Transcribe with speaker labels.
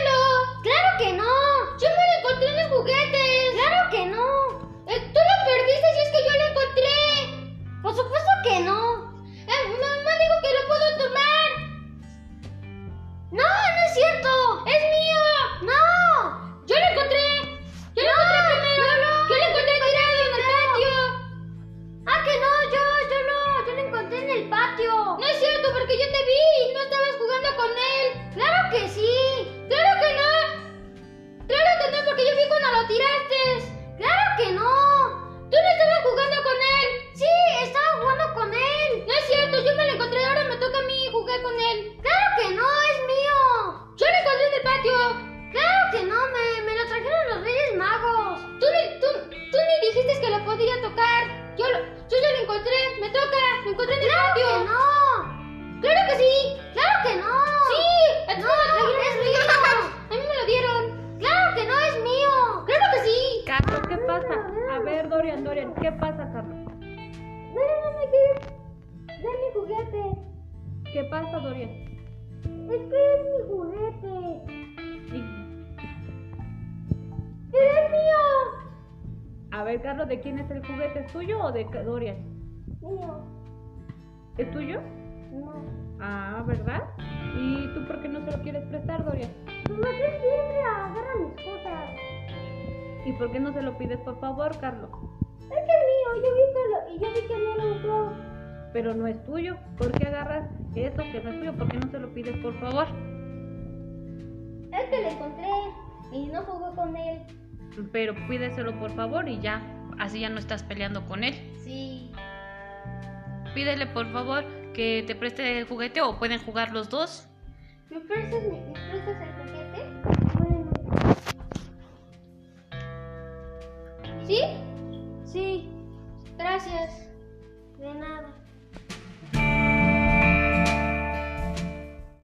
Speaker 1: Eh, Eh, ¡Ah, sí! ¡Claro que no!
Speaker 2: ¡Sí! ¡No,
Speaker 1: ¡No, no, es mío!
Speaker 2: ¡A mí me lo dieron!
Speaker 1: ¡Claro que no es mío!
Speaker 2: ¡Claro que sí!
Speaker 3: Carlos, ¿qué pasa? A ver, Dorian, Dorian, ¿qué pasa, Carlos?
Speaker 1: Dorian no me quiere dar mi juguete.
Speaker 3: ¿Qué pasa, Dorian?
Speaker 1: Es que es mi juguete.
Speaker 3: Y-
Speaker 1: ¡Es mío!
Speaker 3: a ver, Carlos, ¿de quién es el juguete? ¿Es tuyo o de Ca- Dorian?
Speaker 1: Mío.
Speaker 3: ¿Es tuyo?
Speaker 1: No.
Speaker 3: Ah, ¿verdad? ¿Y tú por qué no se lo quieres prestar, Dorian?
Speaker 1: Pues me crees siempre agarra mis cosas.
Speaker 3: ¿Y por qué no se lo pides, por favor, Carlos?
Speaker 1: Es que es mío. Yo vi que lo, y yo vi que no lo usó.
Speaker 3: Pero no es tuyo. ¿Por qué agarras eso que no es tuyo? ¿Por qué no se lo pides, por favor?
Speaker 1: Es que lo encontré y no jugué con él.
Speaker 3: Pero pídeselo, por favor, y ya. Así ya no estás peleando con él.
Speaker 1: Sí.
Speaker 3: Pídele, por favor, que te preste el juguete o pueden jugar los dos.
Speaker 1: ¿Me prestas, mi- me prestas el juguete? Bueno. ¿Sí? Sí. Gracias. De nada.